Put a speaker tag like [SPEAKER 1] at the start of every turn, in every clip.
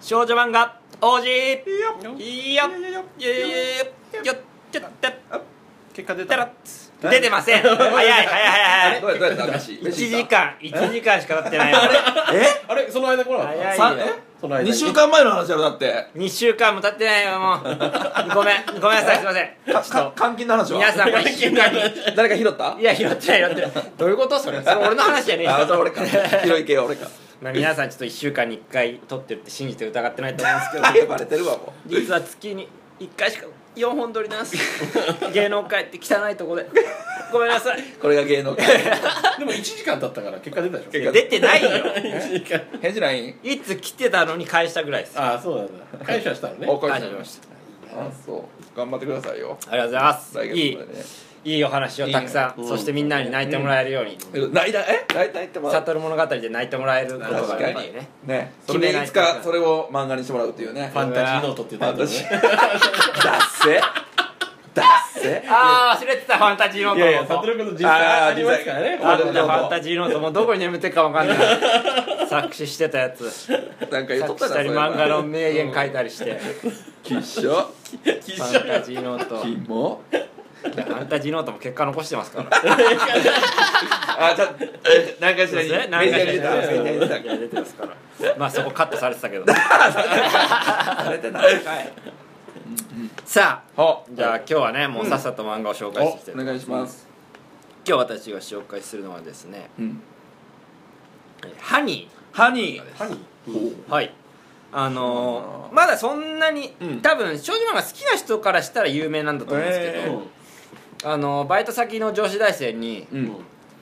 [SPEAKER 1] 少女漫画王子いい
[SPEAKER 2] よ
[SPEAKER 1] よいいよ
[SPEAKER 2] いいよ
[SPEAKER 1] いいよいいよいいよちょっと
[SPEAKER 2] 結果出
[SPEAKER 1] た
[SPEAKER 2] た
[SPEAKER 1] ら出てません早い早い早い
[SPEAKER 3] ど
[SPEAKER 1] 早いう
[SPEAKER 3] やどうやった飯
[SPEAKER 1] 1
[SPEAKER 3] 飯
[SPEAKER 1] 時
[SPEAKER 3] 行った
[SPEAKER 1] 間1時間しか経ってないよ
[SPEAKER 2] あれその間来なかった
[SPEAKER 1] 早い
[SPEAKER 3] さ
[SPEAKER 1] よ
[SPEAKER 2] その間に
[SPEAKER 3] 二週間前の話やろだって
[SPEAKER 1] 2週間も経ってないよもうごめんごめんなさいすいません
[SPEAKER 3] かか監禁の話は
[SPEAKER 1] 皆さんが1週間に
[SPEAKER 3] 誰か拾った
[SPEAKER 1] いや拾ってない拾ってないどういうことそれそれ俺の話じゃねえ
[SPEAKER 3] あ
[SPEAKER 1] よ
[SPEAKER 3] それ俺か拾い系は俺か
[SPEAKER 1] まあ皆さんちょっと1週間に1回撮ってるって信じて疑ってないと思うんですけど
[SPEAKER 3] あれバレてるわもう
[SPEAKER 1] 実は月に1回しか4本撮りなんです芸能界って汚いとこでごめんなさい
[SPEAKER 3] これが芸能界
[SPEAKER 2] でも1時間経ったから結果出たでしょ
[SPEAKER 3] 結
[SPEAKER 1] いや出てないよ
[SPEAKER 2] 1時間
[SPEAKER 3] 返事ない
[SPEAKER 1] いつ来てたのに返したぐらいですあ
[SPEAKER 2] ああそうなんだ感謝したのね
[SPEAKER 3] お
[SPEAKER 1] りが
[SPEAKER 3] 返し
[SPEAKER 1] と
[SPEAKER 3] し
[SPEAKER 1] うござい
[SPEAKER 3] ま
[SPEAKER 1] ま
[SPEAKER 3] し
[SPEAKER 1] した
[SPEAKER 3] たあそう頑張ってくださいよ
[SPEAKER 1] ありがとうございます
[SPEAKER 3] 大
[SPEAKER 1] い
[SPEAKER 3] 学
[SPEAKER 1] い
[SPEAKER 3] までね
[SPEAKER 1] いいお話をたくさん、
[SPEAKER 2] いいね
[SPEAKER 1] そしてみんなに泣いてもらえるように、
[SPEAKER 3] え泣いたえ泣いたってまあ
[SPEAKER 1] 悟る物語で泣いてもらえること
[SPEAKER 3] 確
[SPEAKER 1] が
[SPEAKER 3] か
[SPEAKER 1] やっぱ
[SPEAKER 3] に
[SPEAKER 1] りね
[SPEAKER 3] ねそれでいつかそれを漫画にしてもらうっていうね
[SPEAKER 2] ファンタジーノートって言ったんだ
[SPEAKER 3] フ
[SPEAKER 2] ね
[SPEAKER 3] ダッセダッセ
[SPEAKER 1] ああ忘れてたファンタジーノー
[SPEAKER 2] い
[SPEAKER 1] ト
[SPEAKER 2] やいや悟君の実際ありますからね
[SPEAKER 3] あー
[SPEAKER 1] あ
[SPEAKER 3] 実際
[SPEAKER 1] んた
[SPEAKER 2] ここで
[SPEAKER 1] ファンタジーノートもうどこに眠ってるかわかん ない作詞してたやつ作
[SPEAKER 3] なんか言っとっ
[SPEAKER 1] 詞
[SPEAKER 3] た
[SPEAKER 1] したり漫画の名言書いたりして
[SPEAKER 3] きっしょ
[SPEAKER 1] ファンタジーノート
[SPEAKER 3] きも
[SPEAKER 1] いやファンタジーノートも結果残してますから
[SPEAKER 3] あじゃあ何かしらにメデ
[SPEAKER 1] 何か
[SPEAKER 3] ィア
[SPEAKER 1] し
[SPEAKER 3] に出た
[SPEAKER 1] ら
[SPEAKER 3] メディアに 出
[SPEAKER 1] いや出てますからまあそこカットされてたけど
[SPEAKER 3] たされてたのかい
[SPEAKER 1] さあ
[SPEAKER 3] ほ
[SPEAKER 1] じゃあ今日はねもうさっさと漫画を紹介していきたい
[SPEAKER 3] お願いします
[SPEAKER 1] 今日私が紹介するのはですね
[SPEAKER 3] うん
[SPEAKER 1] 「ハニ
[SPEAKER 3] ハニー
[SPEAKER 2] ハニ
[SPEAKER 1] ー」はいあの
[SPEAKER 3] う
[SPEAKER 1] ーまだそんなに、
[SPEAKER 3] うん
[SPEAKER 1] 多分少女漫画好きな人からしたら有名なんだと思うんですけ
[SPEAKER 3] え
[SPEAKER 1] ど、あのーバイト先の女子大生に
[SPEAKER 3] う
[SPEAKER 2] うん
[SPEAKER 3] ん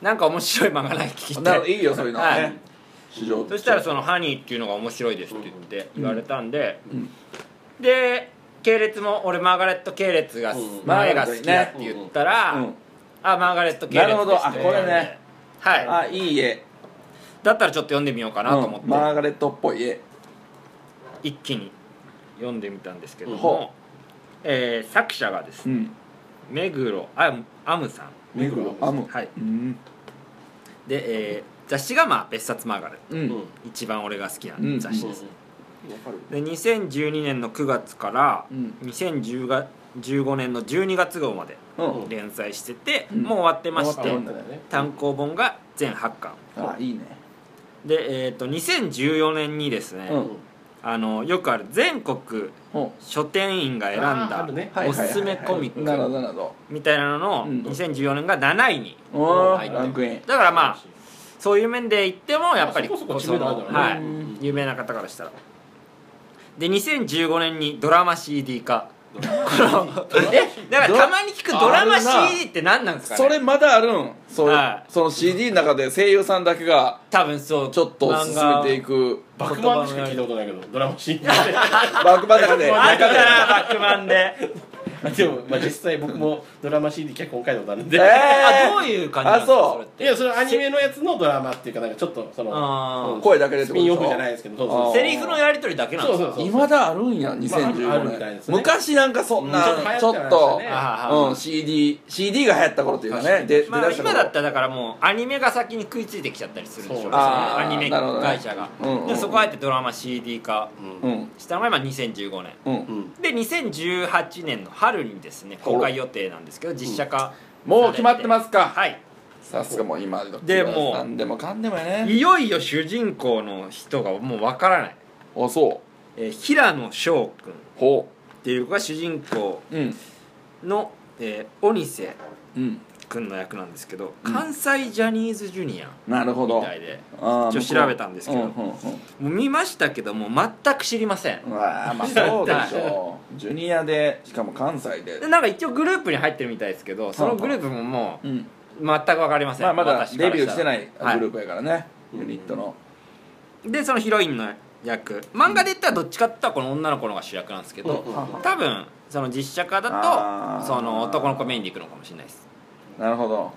[SPEAKER 1] なんか面白い漫画ない聞
[SPEAKER 3] な
[SPEAKER 1] い
[SPEAKER 3] るほど
[SPEAKER 1] て
[SPEAKER 3] いいよそういうのは
[SPEAKER 1] はい
[SPEAKER 3] ね市場
[SPEAKER 1] そしたらその「ハニー」っていうのが面白いですって言って言われたんで、
[SPEAKER 3] うん
[SPEAKER 1] で系列も俺マーガレット系列が、
[SPEAKER 2] うん
[SPEAKER 1] 前が好きだって言ったら、
[SPEAKER 3] うん
[SPEAKER 1] あマーガレット系
[SPEAKER 3] な
[SPEAKER 1] 列
[SPEAKER 3] るほどあ
[SPEAKER 1] です
[SPEAKER 3] これね
[SPEAKER 1] はい
[SPEAKER 3] あいい絵
[SPEAKER 1] だったらちょっと読んでみようかなと思って、
[SPEAKER 3] うんマーガレットっぽい絵
[SPEAKER 1] 一気に読んでみたんですけど
[SPEAKER 3] ほ
[SPEAKER 1] も、えー作者がです
[SPEAKER 3] う
[SPEAKER 1] ね
[SPEAKER 3] ん
[SPEAKER 1] 目黒アムアムさん
[SPEAKER 3] 目黒アム
[SPEAKER 1] はい
[SPEAKER 3] うん
[SPEAKER 1] で、えー雑誌がまあ別冊マーガレット
[SPEAKER 3] う
[SPEAKER 2] うんん
[SPEAKER 1] 一番俺が好きな
[SPEAKER 3] うん
[SPEAKER 1] 雑誌です、
[SPEAKER 3] わかる
[SPEAKER 1] で2012年の9月から
[SPEAKER 3] うん
[SPEAKER 1] 2015年の12月号まで
[SPEAKER 3] うん
[SPEAKER 1] 連載してて、
[SPEAKER 3] うん
[SPEAKER 1] もう終わってまして、
[SPEAKER 2] あ読んだよね
[SPEAKER 1] 単行本が全8巻
[SPEAKER 3] あいいね
[SPEAKER 1] で、えー、と2014年にですね、
[SPEAKER 3] うん
[SPEAKER 1] あのよくある全国
[SPEAKER 3] うん
[SPEAKER 1] 書店員が選ん
[SPEAKER 2] あーあ
[SPEAKER 1] だ
[SPEAKER 2] るね
[SPEAKER 3] はい
[SPEAKER 1] お
[SPEAKER 3] はいはいはい
[SPEAKER 1] すすめコミ
[SPEAKER 3] なるほ
[SPEAKER 1] ック
[SPEAKER 3] どなるほ
[SPEAKER 1] みたいなのを
[SPEAKER 3] うん
[SPEAKER 1] 2014年が7位に
[SPEAKER 3] どお
[SPEAKER 1] 入って
[SPEAKER 3] ー
[SPEAKER 1] る
[SPEAKER 3] ランクイン
[SPEAKER 1] だからまあそういう面で言ってもやっぱり
[SPEAKER 2] まあそこそ
[SPEAKER 1] その
[SPEAKER 2] こ知名度
[SPEAKER 1] は
[SPEAKER 2] あ
[SPEAKER 1] い
[SPEAKER 2] るからねうん
[SPEAKER 1] 有名な方からしたらで2015年にドラマ CD 化この えだからたまに聞くドラマ
[SPEAKER 3] あるな
[SPEAKER 1] CD って何なんですかね
[SPEAKER 3] それまだあるんそう
[SPEAKER 1] はい
[SPEAKER 3] その CD の中で声優さんだけが
[SPEAKER 1] 多分そう
[SPEAKER 3] ちょっと進めてい
[SPEAKER 1] く
[SPEAKER 3] く
[SPEAKER 2] バックマンしか聞いたことないけどドラマシーンで
[SPEAKER 3] バックバックで
[SPEAKER 1] あったなバックマンで
[SPEAKER 2] でもまあ実際僕もドラマ CD 結構書いたことあるん
[SPEAKER 3] え
[SPEAKER 2] で
[SPEAKER 3] ー
[SPEAKER 1] あどういう感じなんですか
[SPEAKER 3] あそう
[SPEAKER 1] それっ
[SPEAKER 2] い
[SPEAKER 1] て
[SPEAKER 2] やそれアニメのやつのドラマっていうかなんかちょっとそ
[SPEAKER 1] あー
[SPEAKER 2] のうん
[SPEAKER 3] 声だけでって
[SPEAKER 2] ス
[SPEAKER 3] こと
[SPEAKER 2] ピ
[SPEAKER 3] でし
[SPEAKER 2] ン
[SPEAKER 3] ょ
[SPEAKER 2] オフじゃないですけどそうそう
[SPEAKER 3] あー
[SPEAKER 1] セリフのやり取りだけなんで
[SPEAKER 2] そう
[SPEAKER 1] すか
[SPEAKER 2] そうそう
[SPEAKER 3] 今だあるんや
[SPEAKER 2] まああるみ
[SPEAKER 3] 2015
[SPEAKER 2] たい
[SPEAKER 3] 年
[SPEAKER 2] ですね
[SPEAKER 3] 昔なんかそんな
[SPEAKER 2] うん
[SPEAKER 3] ちょっと
[SPEAKER 2] 流行ってましたね
[SPEAKER 1] あ
[SPEAKER 3] うん CDCD が流行った頃っていうか
[SPEAKER 2] 確か
[SPEAKER 3] ね
[SPEAKER 2] に
[SPEAKER 3] で出
[SPEAKER 1] まあ、
[SPEAKER 3] だした
[SPEAKER 1] 今
[SPEAKER 3] 頃
[SPEAKER 1] だったらだからもうアニメが先に食いついてきちゃったりするでしょ
[SPEAKER 2] そうう
[SPEAKER 1] ね
[SPEAKER 3] あー
[SPEAKER 1] アニメ
[SPEAKER 3] なるほどね
[SPEAKER 1] 会社が、
[SPEAKER 3] うんうんうん
[SPEAKER 1] でそこはあえてドラマ CD 化
[SPEAKER 2] うん
[SPEAKER 3] うん
[SPEAKER 1] したのが今2015年
[SPEAKER 3] う
[SPEAKER 2] うんん
[SPEAKER 1] で2018年の春にですね公開予定なんですけど実写化、
[SPEAKER 3] もう決まってますか
[SPEAKER 1] はい
[SPEAKER 3] さすがもう今時
[SPEAKER 1] でもう
[SPEAKER 3] 何でもかんでもやね
[SPEAKER 1] いよいよ主人公の人がもうわからない、
[SPEAKER 3] あそう
[SPEAKER 1] えー平野翔くんっ
[SPEAKER 3] ほ
[SPEAKER 1] ていう子が主人公
[SPEAKER 3] ううん
[SPEAKER 1] の、えー、鬼瀬
[SPEAKER 3] うん
[SPEAKER 1] くんの役なんですけど関西ジャニーズジュニア
[SPEAKER 3] なるほど
[SPEAKER 1] みたいで
[SPEAKER 3] あー
[SPEAKER 1] 一応調べたんですけど
[SPEAKER 3] うんうんうん
[SPEAKER 1] もう見ましたけどもう全く知りません
[SPEAKER 3] うわあまあそうでしょうジュニアでしかも関西で
[SPEAKER 1] でなんか一応グループに入ってるみたいですけどそのグループももう
[SPEAKER 3] うん
[SPEAKER 1] 全く分かりません、
[SPEAKER 3] まあまだデビューしてないグルー
[SPEAKER 1] ー
[SPEAKER 3] プやからねユニットの
[SPEAKER 1] プでそのヒロインの役漫画で言ったらどっちかって言ったらこの女の子の方が主役なんですけど、
[SPEAKER 2] うん
[SPEAKER 1] 多分その実写化だ
[SPEAKER 3] あ
[SPEAKER 1] と
[SPEAKER 3] ー
[SPEAKER 1] その男の子メインでいくのかもしれないです
[SPEAKER 3] なるほど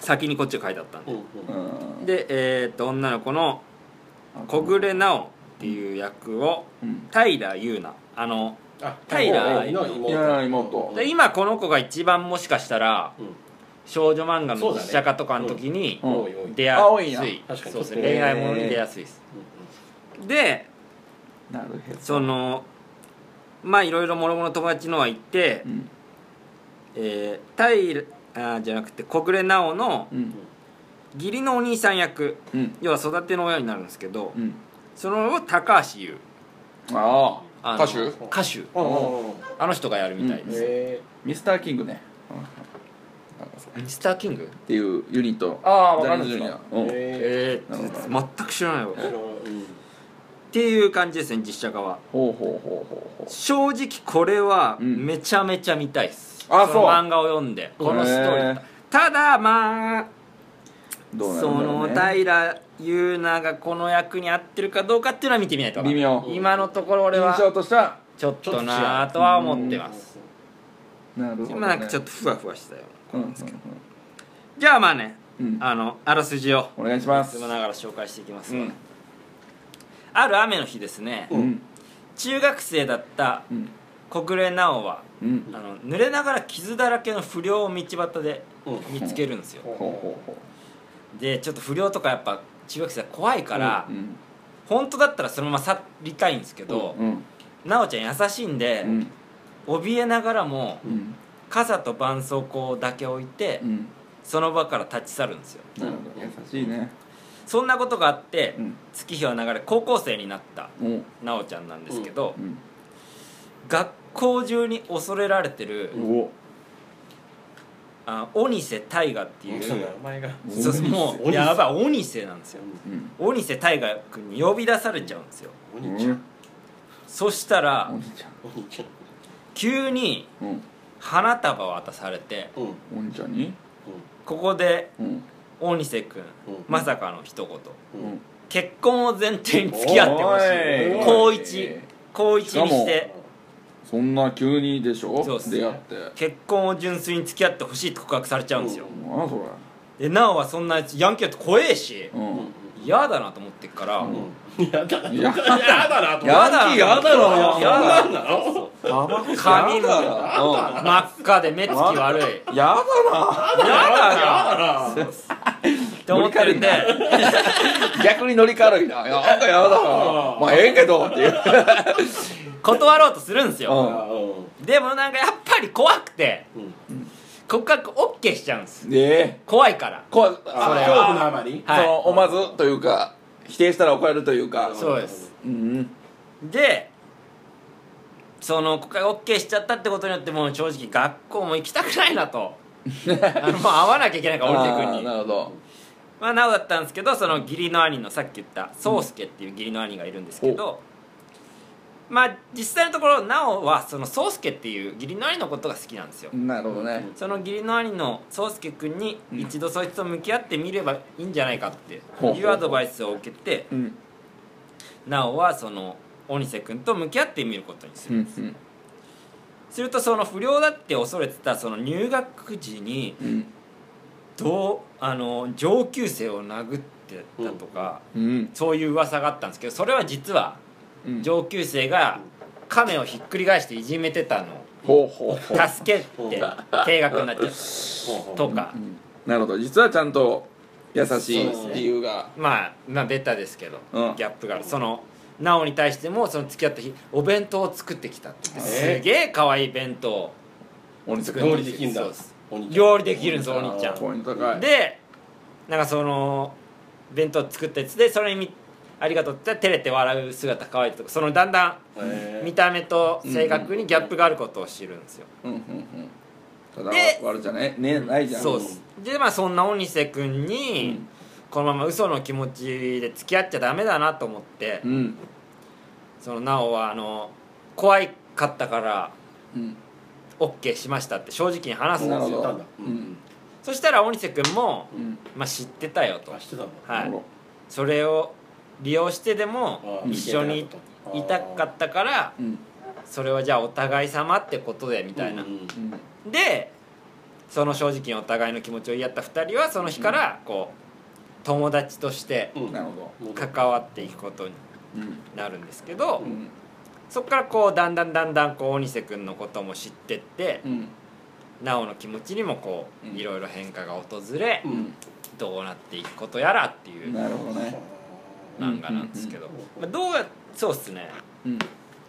[SPEAKER 1] 先にこっちが書いてあったんで、
[SPEAKER 3] うん
[SPEAKER 1] でえーっと女の子の小暮奈緒っていう役を
[SPEAKER 3] うん
[SPEAKER 1] 平優奈あの
[SPEAKER 2] あ
[SPEAKER 1] タイラー
[SPEAKER 2] の
[SPEAKER 3] い
[SPEAKER 2] 妹
[SPEAKER 3] や妹
[SPEAKER 1] で今この子が一番もしかしたら
[SPEAKER 2] うん
[SPEAKER 1] 少女漫画の実写化とかの時に、
[SPEAKER 3] うん
[SPEAKER 2] 多い多い
[SPEAKER 1] 出や
[SPEAKER 3] あ多いんや
[SPEAKER 1] すい
[SPEAKER 2] 確かに
[SPEAKER 1] そうです
[SPEAKER 2] ち
[SPEAKER 1] ね
[SPEAKER 2] ょっとね
[SPEAKER 1] 恋愛ものに出やすいですで
[SPEAKER 3] なるへ
[SPEAKER 1] そのまあいろいろもろもろ友達のは行って、
[SPEAKER 3] うん
[SPEAKER 1] えー、タイあーじゃなくて小暮奈緒の
[SPEAKER 3] うん
[SPEAKER 1] 義理のお兄さん役
[SPEAKER 3] うん
[SPEAKER 1] 要は育ての親になるんですけど、
[SPEAKER 3] うん
[SPEAKER 1] そのを高橋優
[SPEAKER 3] あ
[SPEAKER 1] あ
[SPEAKER 3] あ
[SPEAKER 1] の
[SPEAKER 3] 歌手
[SPEAKER 1] 歌手
[SPEAKER 2] うんうんうん
[SPEAKER 1] あの人がやるみたいです、
[SPEAKER 2] え
[SPEAKER 3] ミスターキングねうんなんかそう
[SPEAKER 1] ミスターキング
[SPEAKER 3] っていうユニット
[SPEAKER 1] あー
[SPEAKER 3] ジ
[SPEAKER 1] わかるんで
[SPEAKER 3] ャニーズジ
[SPEAKER 1] すか
[SPEAKER 3] ュニアうん
[SPEAKER 2] え
[SPEAKER 1] え
[SPEAKER 3] なるほ
[SPEAKER 1] ー、全く知らないわっ
[SPEAKER 2] ーうん
[SPEAKER 1] ていう感じですね実写化は
[SPEAKER 3] ほうほうほうほうほう
[SPEAKER 1] 正直これは
[SPEAKER 3] うん
[SPEAKER 1] めちゃめちゃ見たいっす、
[SPEAKER 3] あ
[SPEAKER 1] の
[SPEAKER 3] そう
[SPEAKER 1] 漫画を読んでこのストーリー
[SPEAKER 3] へー
[SPEAKER 1] ただまあ
[SPEAKER 3] どうなる
[SPEAKER 1] そ
[SPEAKER 3] んだろう
[SPEAKER 1] の
[SPEAKER 3] ね
[SPEAKER 1] 平優奈がこの役に合ってるかどうかっていうのは見てみないとわかんない
[SPEAKER 3] 微妙
[SPEAKER 1] 今のところ俺は
[SPEAKER 3] 印象としては
[SPEAKER 1] ちょっとなぁとは思ってます
[SPEAKER 3] なるほどね
[SPEAKER 1] 今なんかちょっとふわふわしたよ
[SPEAKER 3] うんうん
[SPEAKER 1] じゃあまあね
[SPEAKER 3] うんうん
[SPEAKER 1] あのあらすじを
[SPEAKER 3] お願いします
[SPEAKER 1] 進めながら紹介していきます
[SPEAKER 3] う
[SPEAKER 1] わ、
[SPEAKER 3] ん
[SPEAKER 1] ある雨の日ですね、
[SPEAKER 3] うん
[SPEAKER 1] 中学生だった
[SPEAKER 3] うん
[SPEAKER 1] 小暮奈緒は
[SPEAKER 3] うん
[SPEAKER 1] あの濡れながら傷だらけの不良を道端で
[SPEAKER 2] うん
[SPEAKER 1] 見つけるんですよ、
[SPEAKER 3] ほうほうほ
[SPEAKER 1] でちょっと不良とかやっぱ中学生は怖いから、
[SPEAKER 3] ううん
[SPEAKER 1] 本当だったらそのまま去りたいんですけど
[SPEAKER 3] うん
[SPEAKER 1] 奈緒、ちゃん優しいんで、
[SPEAKER 3] うん
[SPEAKER 1] 怯えながらも
[SPEAKER 3] うん
[SPEAKER 1] 傘と絆創膏だけ置いて、
[SPEAKER 3] うん
[SPEAKER 1] その場から立ち去るんですよ
[SPEAKER 3] なるほど優しいね
[SPEAKER 1] そんなことがあって、
[SPEAKER 3] うん
[SPEAKER 1] 月日は流れ高校生になった
[SPEAKER 3] おう
[SPEAKER 1] 奈緒ちゃんなんですけど、
[SPEAKER 3] うん
[SPEAKER 1] 学校中に恐れられてる、
[SPEAKER 3] おう
[SPEAKER 1] あ鬼瀬大河っていう、
[SPEAKER 2] そうだ名前が
[SPEAKER 3] ん
[SPEAKER 1] そうそうもう
[SPEAKER 2] 鬼瀬
[SPEAKER 1] やばい鬼瀬なんですよ
[SPEAKER 3] うん
[SPEAKER 1] 鬼瀬大河君に呼び出されちゃうんですよ
[SPEAKER 2] お
[SPEAKER 3] うん
[SPEAKER 2] 兄ちゃん
[SPEAKER 1] そしたら
[SPEAKER 3] お兄ちゃん
[SPEAKER 2] お兄ちゃん
[SPEAKER 1] 急に
[SPEAKER 3] うん
[SPEAKER 1] 花束を渡されて
[SPEAKER 2] うんうん
[SPEAKER 3] お兄ちゃんに
[SPEAKER 1] ここで
[SPEAKER 3] うん
[SPEAKER 1] 鬼瀬君
[SPEAKER 2] うん
[SPEAKER 1] まさかの一言
[SPEAKER 2] うん
[SPEAKER 1] 結婚を前提に付き合ってほし
[SPEAKER 2] お
[SPEAKER 1] い
[SPEAKER 2] い
[SPEAKER 1] 高一高一にして
[SPEAKER 3] そんな急にでしょ
[SPEAKER 1] そうっす
[SPEAKER 3] 出会って
[SPEAKER 1] 結婚を純粋に付き合ってほしいって告白されちゃうんですよ
[SPEAKER 2] う
[SPEAKER 3] なんだそ
[SPEAKER 1] でなおはそんなやつヤンキーだと怖えし
[SPEAKER 3] れう
[SPEAKER 2] うんん
[SPEAKER 1] 嫌だなと思ってっから
[SPEAKER 2] うんやだない
[SPEAKER 3] や
[SPEAKER 2] やだなと思っ
[SPEAKER 1] だな
[SPEAKER 3] ヤンキーやだな
[SPEAKER 1] やだな髪も
[SPEAKER 3] やだ
[SPEAKER 1] う
[SPEAKER 3] な
[SPEAKER 1] ん真っ赤で目つき悪い
[SPEAKER 3] やだ
[SPEAKER 1] やだな
[SPEAKER 2] たら
[SPEAKER 1] って思ってるんで
[SPEAKER 3] な逆に乗り軽いななんかやだなまあええけどっていう
[SPEAKER 1] 断ろうとするんですよ
[SPEAKER 3] う
[SPEAKER 1] でもなんかやっぱり怖くて
[SPEAKER 2] うんうん
[SPEAKER 1] 告白 OK しちゃうんです
[SPEAKER 3] んええ
[SPEAKER 1] 怖いから
[SPEAKER 3] こう
[SPEAKER 2] あ
[SPEAKER 1] それ
[SPEAKER 2] 恐
[SPEAKER 1] は
[SPEAKER 2] 怖のあまり
[SPEAKER 1] はい
[SPEAKER 3] そのおまずというか否定したら怒られるというか
[SPEAKER 1] そうです
[SPEAKER 3] うん
[SPEAKER 1] でその告白 OK しちゃったってことによってもう正直学校も行きたくないな とあのもう会わなきゃいけないから降りてく
[SPEAKER 3] あ
[SPEAKER 1] ん
[SPEAKER 3] ー
[SPEAKER 1] に
[SPEAKER 3] なるほど
[SPEAKER 1] まあなおだったんですけどその義理の兄のさっき言った宗介っていう義理の兄がいるんですけど、まあ実際のところなおはその宗介っていう義理の兄のことが好きなんですよ
[SPEAKER 3] なるほどね
[SPEAKER 1] その義理の兄の宗介君に一度そいつと向き合ってみればいいんじゃないかって
[SPEAKER 3] ほう
[SPEAKER 1] いうアドバイスを受けて
[SPEAKER 3] うん
[SPEAKER 1] なおはその鬼瀬君と向き合ってみることにす
[SPEAKER 3] う
[SPEAKER 1] る、
[SPEAKER 3] んうん
[SPEAKER 1] するとその不良だって恐れてたその入学時に
[SPEAKER 3] うん
[SPEAKER 1] どうあの上級生を殴ってたとか、
[SPEAKER 3] うん
[SPEAKER 1] そういう噂があったんですけどそれは実は
[SPEAKER 3] うん
[SPEAKER 1] 上級生が亀をひっくり返していじめてたの
[SPEAKER 3] ほうほうほう
[SPEAKER 1] を助けて定額になっちゃうとか
[SPEAKER 3] うんなるほど実はちゃんと優しい理由が
[SPEAKER 1] まあまあベタですけど、
[SPEAKER 3] うん
[SPEAKER 1] ギャップがあるその奈緒に対してもその付き合った日お弁当を作ってきたって言って
[SPEAKER 2] えー
[SPEAKER 1] すげえ可愛い弁当を
[SPEAKER 3] 鬼塚
[SPEAKER 2] 料理できんだ
[SPEAKER 1] そうです
[SPEAKER 2] お兄ちゃん
[SPEAKER 1] 料理できるんですお兄ちゃ
[SPEAKER 3] ポ
[SPEAKER 1] ん
[SPEAKER 3] イント高い
[SPEAKER 1] でなんかその弁当作ったやつでそれにみありがとうって言ったら照れて笑う姿可愛いとかそのだんだん
[SPEAKER 2] へー
[SPEAKER 1] 見た目と性格にギャップがあることを知るんですよ、
[SPEAKER 3] うんうんうんただ
[SPEAKER 1] で
[SPEAKER 3] 悪じゃないねないじゃん
[SPEAKER 1] そうですでまあそんな鬼瀬君に、
[SPEAKER 3] うん
[SPEAKER 1] このまま嘘の気持ちで付き合っちゃダメだなと思って、
[SPEAKER 3] うん
[SPEAKER 1] そのなおはあの怖いかったから
[SPEAKER 3] うん
[SPEAKER 1] OK しましたって正直に話すん
[SPEAKER 3] な
[SPEAKER 1] で
[SPEAKER 3] る
[SPEAKER 1] す
[SPEAKER 3] ほ
[SPEAKER 1] よ
[SPEAKER 2] 知ったん
[SPEAKER 3] ど
[SPEAKER 2] だ
[SPEAKER 3] うん
[SPEAKER 1] そしたら鬼瀬君も、
[SPEAKER 3] うん
[SPEAKER 1] まあ、知ってたよと
[SPEAKER 2] あしてたんだ
[SPEAKER 1] はいそれを利用してでも
[SPEAKER 2] あー
[SPEAKER 1] 一緒にいたかったから
[SPEAKER 3] うん
[SPEAKER 1] それはじゃあお互い様ってことでみたいな、
[SPEAKER 2] うん
[SPEAKER 3] うん
[SPEAKER 1] でその正直にお互いの気持ちを言い合った2人はその日からこう友達として
[SPEAKER 2] うん
[SPEAKER 3] なるほ
[SPEAKER 2] うん
[SPEAKER 1] 関わっていくことに
[SPEAKER 3] うん
[SPEAKER 1] なるんですけど、
[SPEAKER 3] うん
[SPEAKER 1] そっからこうだんだんだんだんこう鬼瀬君のことも知ってって、
[SPEAKER 3] うん
[SPEAKER 1] なおの気持ちにもこう、
[SPEAKER 3] うん
[SPEAKER 1] いろいろ変化が訪れ、
[SPEAKER 2] うん
[SPEAKER 1] どうなっていくことやらっていう
[SPEAKER 3] なるほどね
[SPEAKER 2] あ
[SPEAKER 1] 漫画なんですけど、まあ、どうやそうっすね
[SPEAKER 3] うん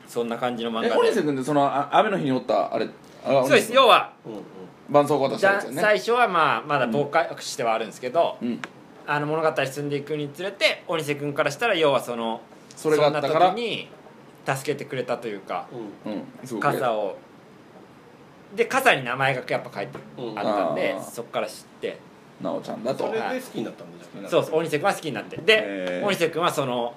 [SPEAKER 1] そんな感じの漫
[SPEAKER 3] え
[SPEAKER 1] 画
[SPEAKER 3] 堀
[SPEAKER 1] で
[SPEAKER 3] 内君ってそのあ雨の日におったあれあ
[SPEAKER 1] そうです要は
[SPEAKER 2] うんうん
[SPEAKER 3] 絆創膏渡し
[SPEAKER 1] じ
[SPEAKER 3] たや
[SPEAKER 1] ゃ
[SPEAKER 3] つよね
[SPEAKER 1] 最初はまあまだ傍惑してはあるんですけど、
[SPEAKER 3] うん
[SPEAKER 1] あの物語進んでいくにつれて鬼瀬君からしたら要はその
[SPEAKER 3] それがあったから
[SPEAKER 1] んな時に助けてくれたというか
[SPEAKER 3] うんすごく
[SPEAKER 1] 傘をで傘に名前がやっぱ書いて
[SPEAKER 2] うん
[SPEAKER 1] あったんで、
[SPEAKER 3] あー
[SPEAKER 1] そっから知って
[SPEAKER 3] なおちゃんだと
[SPEAKER 2] それで好きになったんだじゃあ
[SPEAKER 1] そうそう鬼瀬君は好きになってで
[SPEAKER 3] へー
[SPEAKER 1] 鬼瀬君はその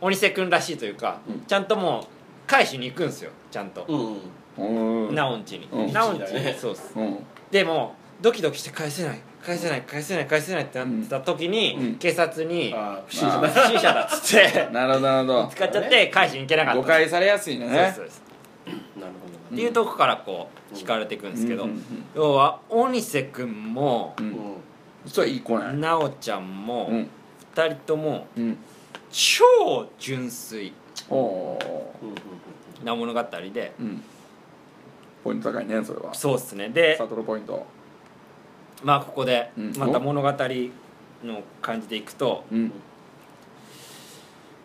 [SPEAKER 1] 鬼瀬君らしいというか、
[SPEAKER 3] うん
[SPEAKER 1] ちゃんともう返しに行くんですよちゃんと、
[SPEAKER 2] うんうん
[SPEAKER 3] うん
[SPEAKER 1] なおんちに、
[SPEAKER 3] うん
[SPEAKER 1] なおんち
[SPEAKER 2] う
[SPEAKER 1] に
[SPEAKER 2] ん
[SPEAKER 1] そうっす
[SPEAKER 3] うん
[SPEAKER 1] でもドキドキして返せない返せない返せない返せないってなってた時に、
[SPEAKER 3] うん
[SPEAKER 1] 警察に
[SPEAKER 2] ああ不
[SPEAKER 1] 不
[SPEAKER 2] 思議だ
[SPEAKER 1] 審者だっつって
[SPEAKER 3] なるほどなるほ
[SPEAKER 1] 使っちゃって返しに行けなかった
[SPEAKER 3] ど誤解されやすいんだ
[SPEAKER 1] そうで
[SPEAKER 3] ね
[SPEAKER 1] すそうです
[SPEAKER 2] なるほ
[SPEAKER 1] っていうとこからこう
[SPEAKER 2] うん
[SPEAKER 1] 惹かれていくんですけど、
[SPEAKER 3] うんうん
[SPEAKER 1] 要は鬼瀬君も
[SPEAKER 3] うん
[SPEAKER 2] ど
[SPEAKER 3] うん
[SPEAKER 2] うん
[SPEAKER 3] それはいい子なんや
[SPEAKER 1] 奈緒ちゃんも
[SPEAKER 3] うん
[SPEAKER 1] 2人とも
[SPEAKER 3] うん
[SPEAKER 1] 超純粋
[SPEAKER 3] お
[SPEAKER 2] うんうん
[SPEAKER 1] な物語で
[SPEAKER 3] ーうんポイント高いねそれは
[SPEAKER 1] そうですねで
[SPEAKER 3] サトルポイント
[SPEAKER 1] まあここで
[SPEAKER 3] うん
[SPEAKER 1] また物語の感じでいくと
[SPEAKER 3] うん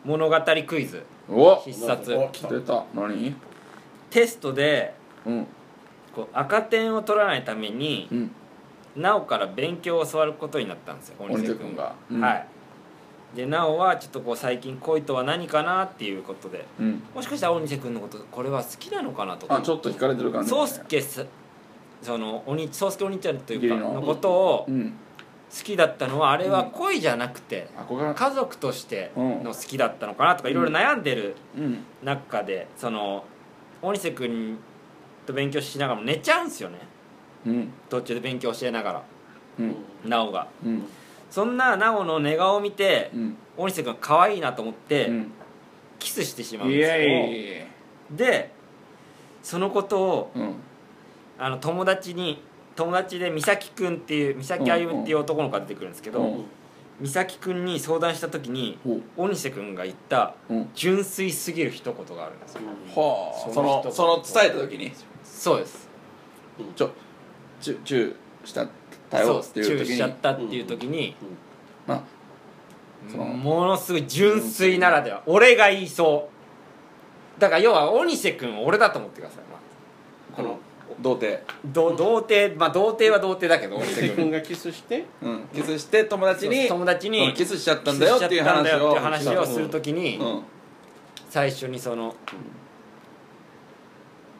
[SPEAKER 1] 物語クイズ
[SPEAKER 3] お
[SPEAKER 1] 必殺
[SPEAKER 2] お来た
[SPEAKER 3] 出た何
[SPEAKER 1] テストで
[SPEAKER 3] うん
[SPEAKER 1] こう赤点を取らないために
[SPEAKER 3] うん
[SPEAKER 1] なおから勉強を教わることになったんですよ
[SPEAKER 3] 鬼瀬
[SPEAKER 1] 君
[SPEAKER 3] 君がうん
[SPEAKER 1] はいでなおはちょっとこう最近恋とは何かなっていうことで
[SPEAKER 3] うん
[SPEAKER 1] もしかしたら鬼瀬君のことこれは好きなのかなと
[SPEAKER 3] あ
[SPEAKER 1] か
[SPEAKER 3] ちょっと惹かれてる感じ
[SPEAKER 1] 宗介すその鬼宗介お兄ちゃんというか
[SPEAKER 3] 義理の
[SPEAKER 1] のことを
[SPEAKER 3] う
[SPEAKER 1] 好
[SPEAKER 3] ん
[SPEAKER 1] きだったのはあれは恋じゃなくて
[SPEAKER 3] 憧れ
[SPEAKER 1] 家族としての好きだったのかなとか
[SPEAKER 3] うん
[SPEAKER 1] いろいろ悩んでる
[SPEAKER 3] うん
[SPEAKER 1] 中でその鬼瀬君と勉強しながらも寝ちゃうんですよね
[SPEAKER 3] うん
[SPEAKER 1] 途中で勉強してながら
[SPEAKER 3] うん
[SPEAKER 1] なおが
[SPEAKER 3] うん
[SPEAKER 1] そんななおの寝顔を見て
[SPEAKER 3] うん
[SPEAKER 1] 鬼瀬君可愛いなと思って、
[SPEAKER 3] うん
[SPEAKER 1] キスしてしまうん
[SPEAKER 3] イ
[SPEAKER 1] です
[SPEAKER 3] エ
[SPEAKER 1] でそのことを
[SPEAKER 3] ーイうん
[SPEAKER 1] あの友達に友達で美咲くんっていう美咲歩夢っていう男の子が出てくるんですけど、
[SPEAKER 3] う
[SPEAKER 2] うんんうん
[SPEAKER 1] 美咲くんに相談した時に
[SPEAKER 3] ほう
[SPEAKER 1] 鬼瀬くんが言った
[SPEAKER 3] うん
[SPEAKER 1] 純粋すぎる一言があるんですよ
[SPEAKER 3] はあ
[SPEAKER 2] そ
[SPEAKER 3] そ
[SPEAKER 2] の
[SPEAKER 3] の
[SPEAKER 2] 人
[SPEAKER 3] その伝えた時に
[SPEAKER 1] そうです
[SPEAKER 2] うん
[SPEAKER 3] ちょチュチューした対
[SPEAKER 1] そう
[SPEAKER 3] 応
[SPEAKER 1] で
[SPEAKER 3] っ
[SPEAKER 1] す
[SPEAKER 3] ていう
[SPEAKER 1] 注意
[SPEAKER 3] 時
[SPEAKER 1] し
[SPEAKER 3] に
[SPEAKER 1] ちゃったっていう時に、
[SPEAKER 2] うん
[SPEAKER 3] まあうんそう
[SPEAKER 1] ものすごい純粋ならでは俺が言いそうだから要は鬼瀬くんを俺だと思ってください、まあ、
[SPEAKER 3] この童貞
[SPEAKER 1] ど童貞まあ童貞は童貞だけど鬼
[SPEAKER 2] 伊
[SPEAKER 1] 瀬
[SPEAKER 2] 勢
[SPEAKER 1] くん
[SPEAKER 2] 君がキスして
[SPEAKER 3] うんキスして友達に
[SPEAKER 1] 友達
[SPEAKER 3] そ
[SPEAKER 1] に
[SPEAKER 3] のキスしちゃったんだよっていう話を
[SPEAKER 1] キスしちゃったんだよっていう話をするときに、
[SPEAKER 3] うん
[SPEAKER 1] 最初にその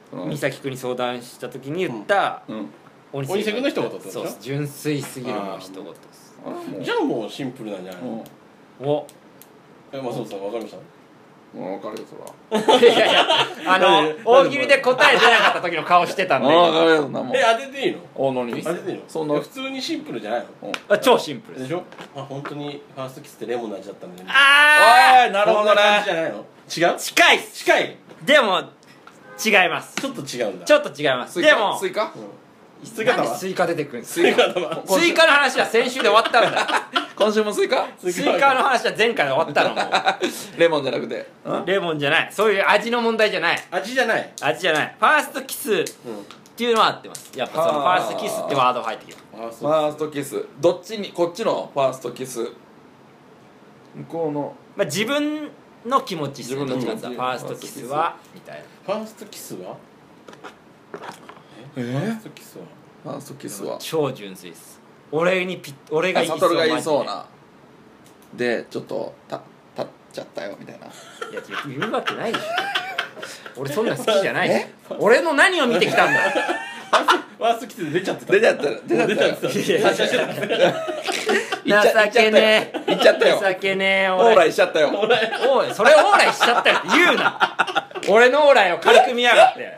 [SPEAKER 3] その
[SPEAKER 1] 美咲君に相談したときに言った、
[SPEAKER 3] うん
[SPEAKER 1] 鬼瀬君
[SPEAKER 2] 鬼瀬君の一言ってことでし
[SPEAKER 1] そ
[SPEAKER 2] ょ
[SPEAKER 1] うです純粋すぎるもう一言です
[SPEAKER 3] あらもう
[SPEAKER 2] じゃあもうシンプルなんじゃないの
[SPEAKER 1] お
[SPEAKER 2] え松本さんわかりました
[SPEAKER 3] うんもう分かるよそら
[SPEAKER 1] いやいやあ
[SPEAKER 2] なんで
[SPEAKER 1] の大喜利で答え出なかった時の顔してたんで
[SPEAKER 3] ああ分かるよそんなもん
[SPEAKER 2] え当てていいの
[SPEAKER 3] おのに
[SPEAKER 2] 当てていいの
[SPEAKER 3] そんな
[SPEAKER 2] 普通にシンプルじゃない
[SPEAKER 3] うん
[SPEAKER 1] あ超シンプル
[SPEAKER 2] の
[SPEAKER 1] で
[SPEAKER 2] ですしょあ本当にファーストキスってレモンの味だったんだね
[SPEAKER 1] ああ
[SPEAKER 3] おいなるほど
[SPEAKER 2] そんな感じじ
[SPEAKER 3] ね
[SPEAKER 2] ゃないの違う
[SPEAKER 1] 近いっす
[SPEAKER 2] 近い
[SPEAKER 1] でも違います
[SPEAKER 2] ちょっと違うんだ
[SPEAKER 1] ちょっと違います
[SPEAKER 3] スイ
[SPEAKER 1] で
[SPEAKER 3] カ
[SPEAKER 1] も
[SPEAKER 3] スイカ
[SPEAKER 2] うん
[SPEAKER 1] ス
[SPEAKER 2] ス
[SPEAKER 1] イ
[SPEAKER 2] イ
[SPEAKER 1] カ
[SPEAKER 2] カ
[SPEAKER 1] なんで
[SPEAKER 2] は
[SPEAKER 1] スイカ出てくるんです
[SPEAKER 3] スイカ
[SPEAKER 2] スイカだわ
[SPEAKER 3] 今
[SPEAKER 1] スイカの話は先週で終わったん だ
[SPEAKER 3] 今週もスイカ
[SPEAKER 1] スイカの話は前回で終わったのもう
[SPEAKER 3] レモンじゃなくてうん
[SPEAKER 1] レモンじゃないそういう味の問題じゃない
[SPEAKER 2] 味じゃない
[SPEAKER 1] 味じゃないファーストキスっ
[SPEAKER 2] うん
[SPEAKER 1] ていうのは合ってますやっぱそのファ
[SPEAKER 3] あー
[SPEAKER 1] ーストキスってワード入ってきて
[SPEAKER 2] ファース
[SPEAKER 3] フ
[SPEAKER 2] ト
[SPEAKER 3] ァーストキスどっちにこっちのファーストキス向こうの
[SPEAKER 1] まあ、自分の気持ちっすね
[SPEAKER 3] 自分の
[SPEAKER 1] どっ
[SPEAKER 3] 気
[SPEAKER 1] ち
[SPEAKER 3] 持
[SPEAKER 1] か
[SPEAKER 3] ち
[SPEAKER 1] っていうとファーストキスはみたいな
[SPEAKER 2] ファーストキスは
[SPEAKER 3] え
[SPEAKER 2] ファーストキスは
[SPEAKER 3] ファーストキスは
[SPEAKER 1] 超純粋っす俺にピッ俺が
[SPEAKER 3] あ
[SPEAKER 1] 言いそ
[SPEAKER 3] サ
[SPEAKER 1] う
[SPEAKER 3] トルが言いそう
[SPEAKER 1] マ
[SPEAKER 3] なでちょっとた立っちゃったよみたいな
[SPEAKER 1] ジでいや言うわけないでしょ俺そんな好きじゃないし俺の何を見てきたんだ
[SPEAKER 2] ファーストキスで出ちゃってた
[SPEAKER 3] 出ちゃった出ちゃったよ
[SPEAKER 1] いやいや
[SPEAKER 2] 発射してたから
[SPEAKER 3] 行っちゃ
[SPEAKER 1] 情けねえ
[SPEAKER 3] 行っちゃったよ行っちゃったよ
[SPEAKER 1] 情けねえ
[SPEAKER 3] オーラ
[SPEAKER 1] 俺
[SPEAKER 3] イしちゃったよ
[SPEAKER 1] おいそれオーライしちゃったよって言うな俺のオーライを軽く見やがって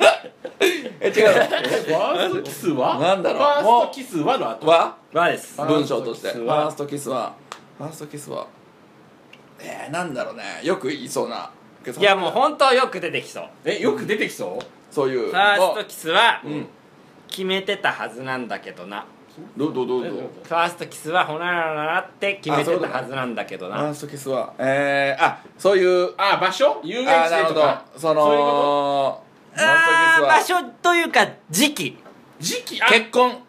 [SPEAKER 3] え違う
[SPEAKER 2] ファーストキスは
[SPEAKER 3] なんだろう
[SPEAKER 2] ファーストキスはの
[SPEAKER 3] の
[SPEAKER 2] 後
[SPEAKER 3] は
[SPEAKER 1] まあです
[SPEAKER 2] あ
[SPEAKER 3] 文章として
[SPEAKER 2] フ
[SPEAKER 3] フ
[SPEAKER 2] ァ
[SPEAKER 3] ァ
[SPEAKER 2] ー
[SPEAKER 3] ーストキスはファーストキスはえー、なんだろうねよく言いそうない
[SPEAKER 1] いやもう本当よく出てきそう
[SPEAKER 2] えよく出てきそう
[SPEAKER 3] そうい
[SPEAKER 1] フ
[SPEAKER 3] う
[SPEAKER 1] ァーストキスは
[SPEAKER 3] うん
[SPEAKER 1] 決めてたはずなんだけどな
[SPEAKER 3] どうどうどう
[SPEAKER 2] え
[SPEAKER 3] ど
[SPEAKER 2] どう
[SPEAKER 3] う
[SPEAKER 2] いうこ
[SPEAKER 1] ファーストキスはほならららって決めてたはずなんだけど
[SPEAKER 3] フ
[SPEAKER 1] な
[SPEAKER 3] ァーストキスはえー、あそういう
[SPEAKER 2] とあ場所遊園
[SPEAKER 3] あーな
[SPEAKER 2] 地
[SPEAKER 3] る
[SPEAKER 2] で
[SPEAKER 3] ほ
[SPEAKER 2] とか
[SPEAKER 3] どその
[SPEAKER 2] そういうこ
[SPEAKER 3] ファーストキスは
[SPEAKER 1] あー場所というか時期
[SPEAKER 2] 時期あ
[SPEAKER 3] 結婚
[SPEAKER 2] 結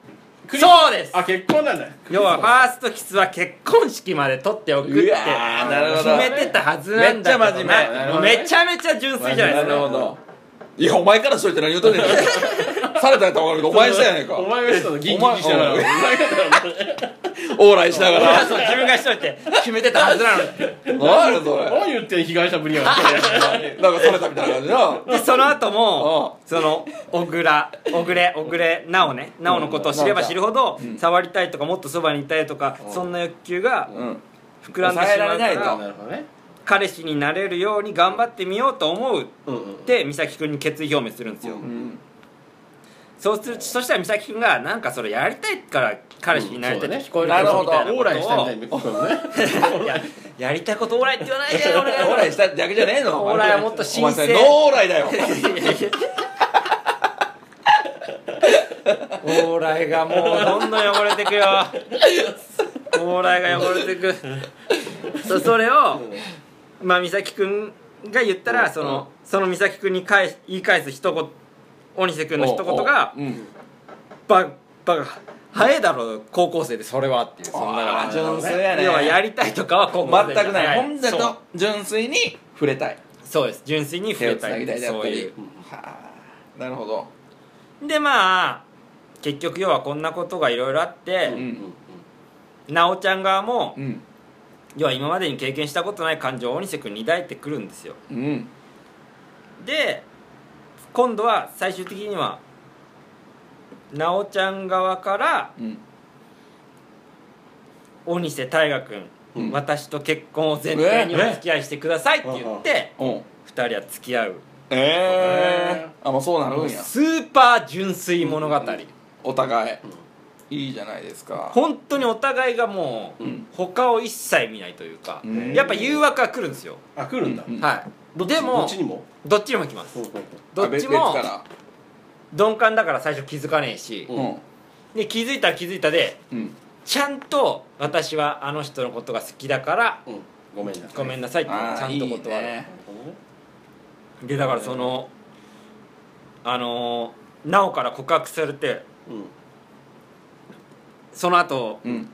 [SPEAKER 2] クリス
[SPEAKER 1] そうです
[SPEAKER 2] あ結婚なんだ
[SPEAKER 1] 要はファーストキスは結婚式まで取っておくって
[SPEAKER 3] う
[SPEAKER 1] 決
[SPEAKER 3] わーなるほど
[SPEAKER 1] めてたはずなんだけど
[SPEAKER 3] めっちゃ真面目
[SPEAKER 1] はい
[SPEAKER 3] な
[SPEAKER 2] るほどね
[SPEAKER 1] めちゃめちゃ純粋じゃないで
[SPEAKER 3] な
[SPEAKER 1] す
[SPEAKER 3] る
[SPEAKER 1] か
[SPEAKER 3] ほどいやお前からしといて何言うとんねん されたんやったら分かるけどお前したやねんか
[SPEAKER 2] お前がしたのギンギンにしたら
[SPEAKER 3] お
[SPEAKER 2] お
[SPEAKER 3] 前
[SPEAKER 2] 前
[SPEAKER 3] 往来しなが
[SPEAKER 1] いや
[SPEAKER 3] ら
[SPEAKER 1] そう自分がしといて決めてたはずな のに
[SPEAKER 3] 何やそれ
[SPEAKER 2] 何言ってん被害者ぶり やんそれ
[SPEAKER 3] なんかされたみたいな感じな
[SPEAKER 1] でその後もその小倉小暮小暮なおねなおのことを知れば知るほど
[SPEAKER 3] ん
[SPEAKER 1] 触りたいとかもっとそばにいたいとか
[SPEAKER 3] うん
[SPEAKER 1] そんな欲求が
[SPEAKER 3] うん
[SPEAKER 1] 膨らんでしまう
[SPEAKER 3] 抑えら
[SPEAKER 1] か
[SPEAKER 3] れないと
[SPEAKER 1] ら
[SPEAKER 2] なるほどね
[SPEAKER 1] 彼氏になれるように頑張ってみようと思うっ
[SPEAKER 2] うんうん
[SPEAKER 1] て美咲くんに決意表明するんですよ、
[SPEAKER 3] うん
[SPEAKER 1] そうするそしたら美咲くんがなんかそれやりたいから彼氏になりたいって聞こえる
[SPEAKER 3] な
[SPEAKER 1] け
[SPEAKER 3] る
[SPEAKER 1] ど
[SPEAKER 3] ほ
[SPEAKER 1] み
[SPEAKER 3] ど
[SPEAKER 1] たいな
[SPEAKER 2] 往来したみ
[SPEAKER 1] こ
[SPEAKER 2] たいなことだね
[SPEAKER 1] と をいややりたいことオーライって言わないでよ俺
[SPEAKER 3] 往来しただけじゃねえの
[SPEAKER 1] オーライはもっと
[SPEAKER 3] お
[SPEAKER 1] 神
[SPEAKER 3] 前そ
[SPEAKER 1] 聖
[SPEAKER 3] れノー往来だよ
[SPEAKER 1] 往来がもうどんどん汚れてくよ往来が汚れてくそそれを、まあ、美咲くんが言ったらそのその美咲くんに返し言い返す一言鬼瀬くんの一言が
[SPEAKER 3] うん
[SPEAKER 1] 「ババカ早いだろ高校生でそれは」っていうそんな
[SPEAKER 3] あー純粋やね
[SPEAKER 1] 要はやりたいとかは高校生
[SPEAKER 3] 全くない本
[SPEAKER 1] だ
[SPEAKER 3] だ
[SPEAKER 1] そう
[SPEAKER 3] と純粋に触れたい
[SPEAKER 1] そうです純粋に増
[SPEAKER 3] 手を
[SPEAKER 1] え
[SPEAKER 3] つ
[SPEAKER 1] た
[SPEAKER 3] なぎ
[SPEAKER 1] い
[SPEAKER 3] たいだ
[SPEAKER 1] そ
[SPEAKER 3] っ
[SPEAKER 1] う
[SPEAKER 3] た
[SPEAKER 1] いう
[SPEAKER 3] りはあなるほど
[SPEAKER 1] でまあ結局要はこんなことがいろいろあって、
[SPEAKER 3] う
[SPEAKER 2] うんん
[SPEAKER 1] なおちゃん側も
[SPEAKER 3] うん
[SPEAKER 1] 要は今までに経験したことない感情を鬼瀬君に抱いてくるんですよ
[SPEAKER 3] うん
[SPEAKER 1] で今度は最終的にはなおちゃん側から
[SPEAKER 3] うん
[SPEAKER 1] 鬼瀬大河君、
[SPEAKER 3] うん
[SPEAKER 1] 私と結婚を前提にお付き合いしてくださいって言って
[SPEAKER 3] うん
[SPEAKER 1] 2人は付き合う
[SPEAKER 3] ええあまあそうなるんや
[SPEAKER 1] スーパー純粋物語、
[SPEAKER 3] お互いいいじゃないですか
[SPEAKER 1] 本当にお互いがもう、
[SPEAKER 3] うん
[SPEAKER 1] 他を一切見ないというか、
[SPEAKER 3] うん
[SPEAKER 1] やっぱ誘惑は来るんですよ、
[SPEAKER 2] あ来るんだ
[SPEAKER 3] うん
[SPEAKER 1] はいでも
[SPEAKER 2] どっちにも
[SPEAKER 1] どっちにも来ます
[SPEAKER 2] うんうんうん
[SPEAKER 1] どっち
[SPEAKER 3] あ
[SPEAKER 1] も
[SPEAKER 3] 別か
[SPEAKER 1] 鈍感だから最初気づかねえし、
[SPEAKER 3] らうん
[SPEAKER 1] で気づいたら気づいたで
[SPEAKER 3] うん
[SPEAKER 1] ちゃんと私はあの人のことが好きだから
[SPEAKER 2] うんごめんな
[SPEAKER 1] ごめんなさいってち
[SPEAKER 3] あ
[SPEAKER 1] ゃ
[SPEAKER 3] あい
[SPEAKER 1] んと
[SPEAKER 3] い
[SPEAKER 1] 断る
[SPEAKER 3] ね
[SPEAKER 1] でだからそのあのーなおから告白されて
[SPEAKER 2] うん
[SPEAKER 1] その後
[SPEAKER 3] うん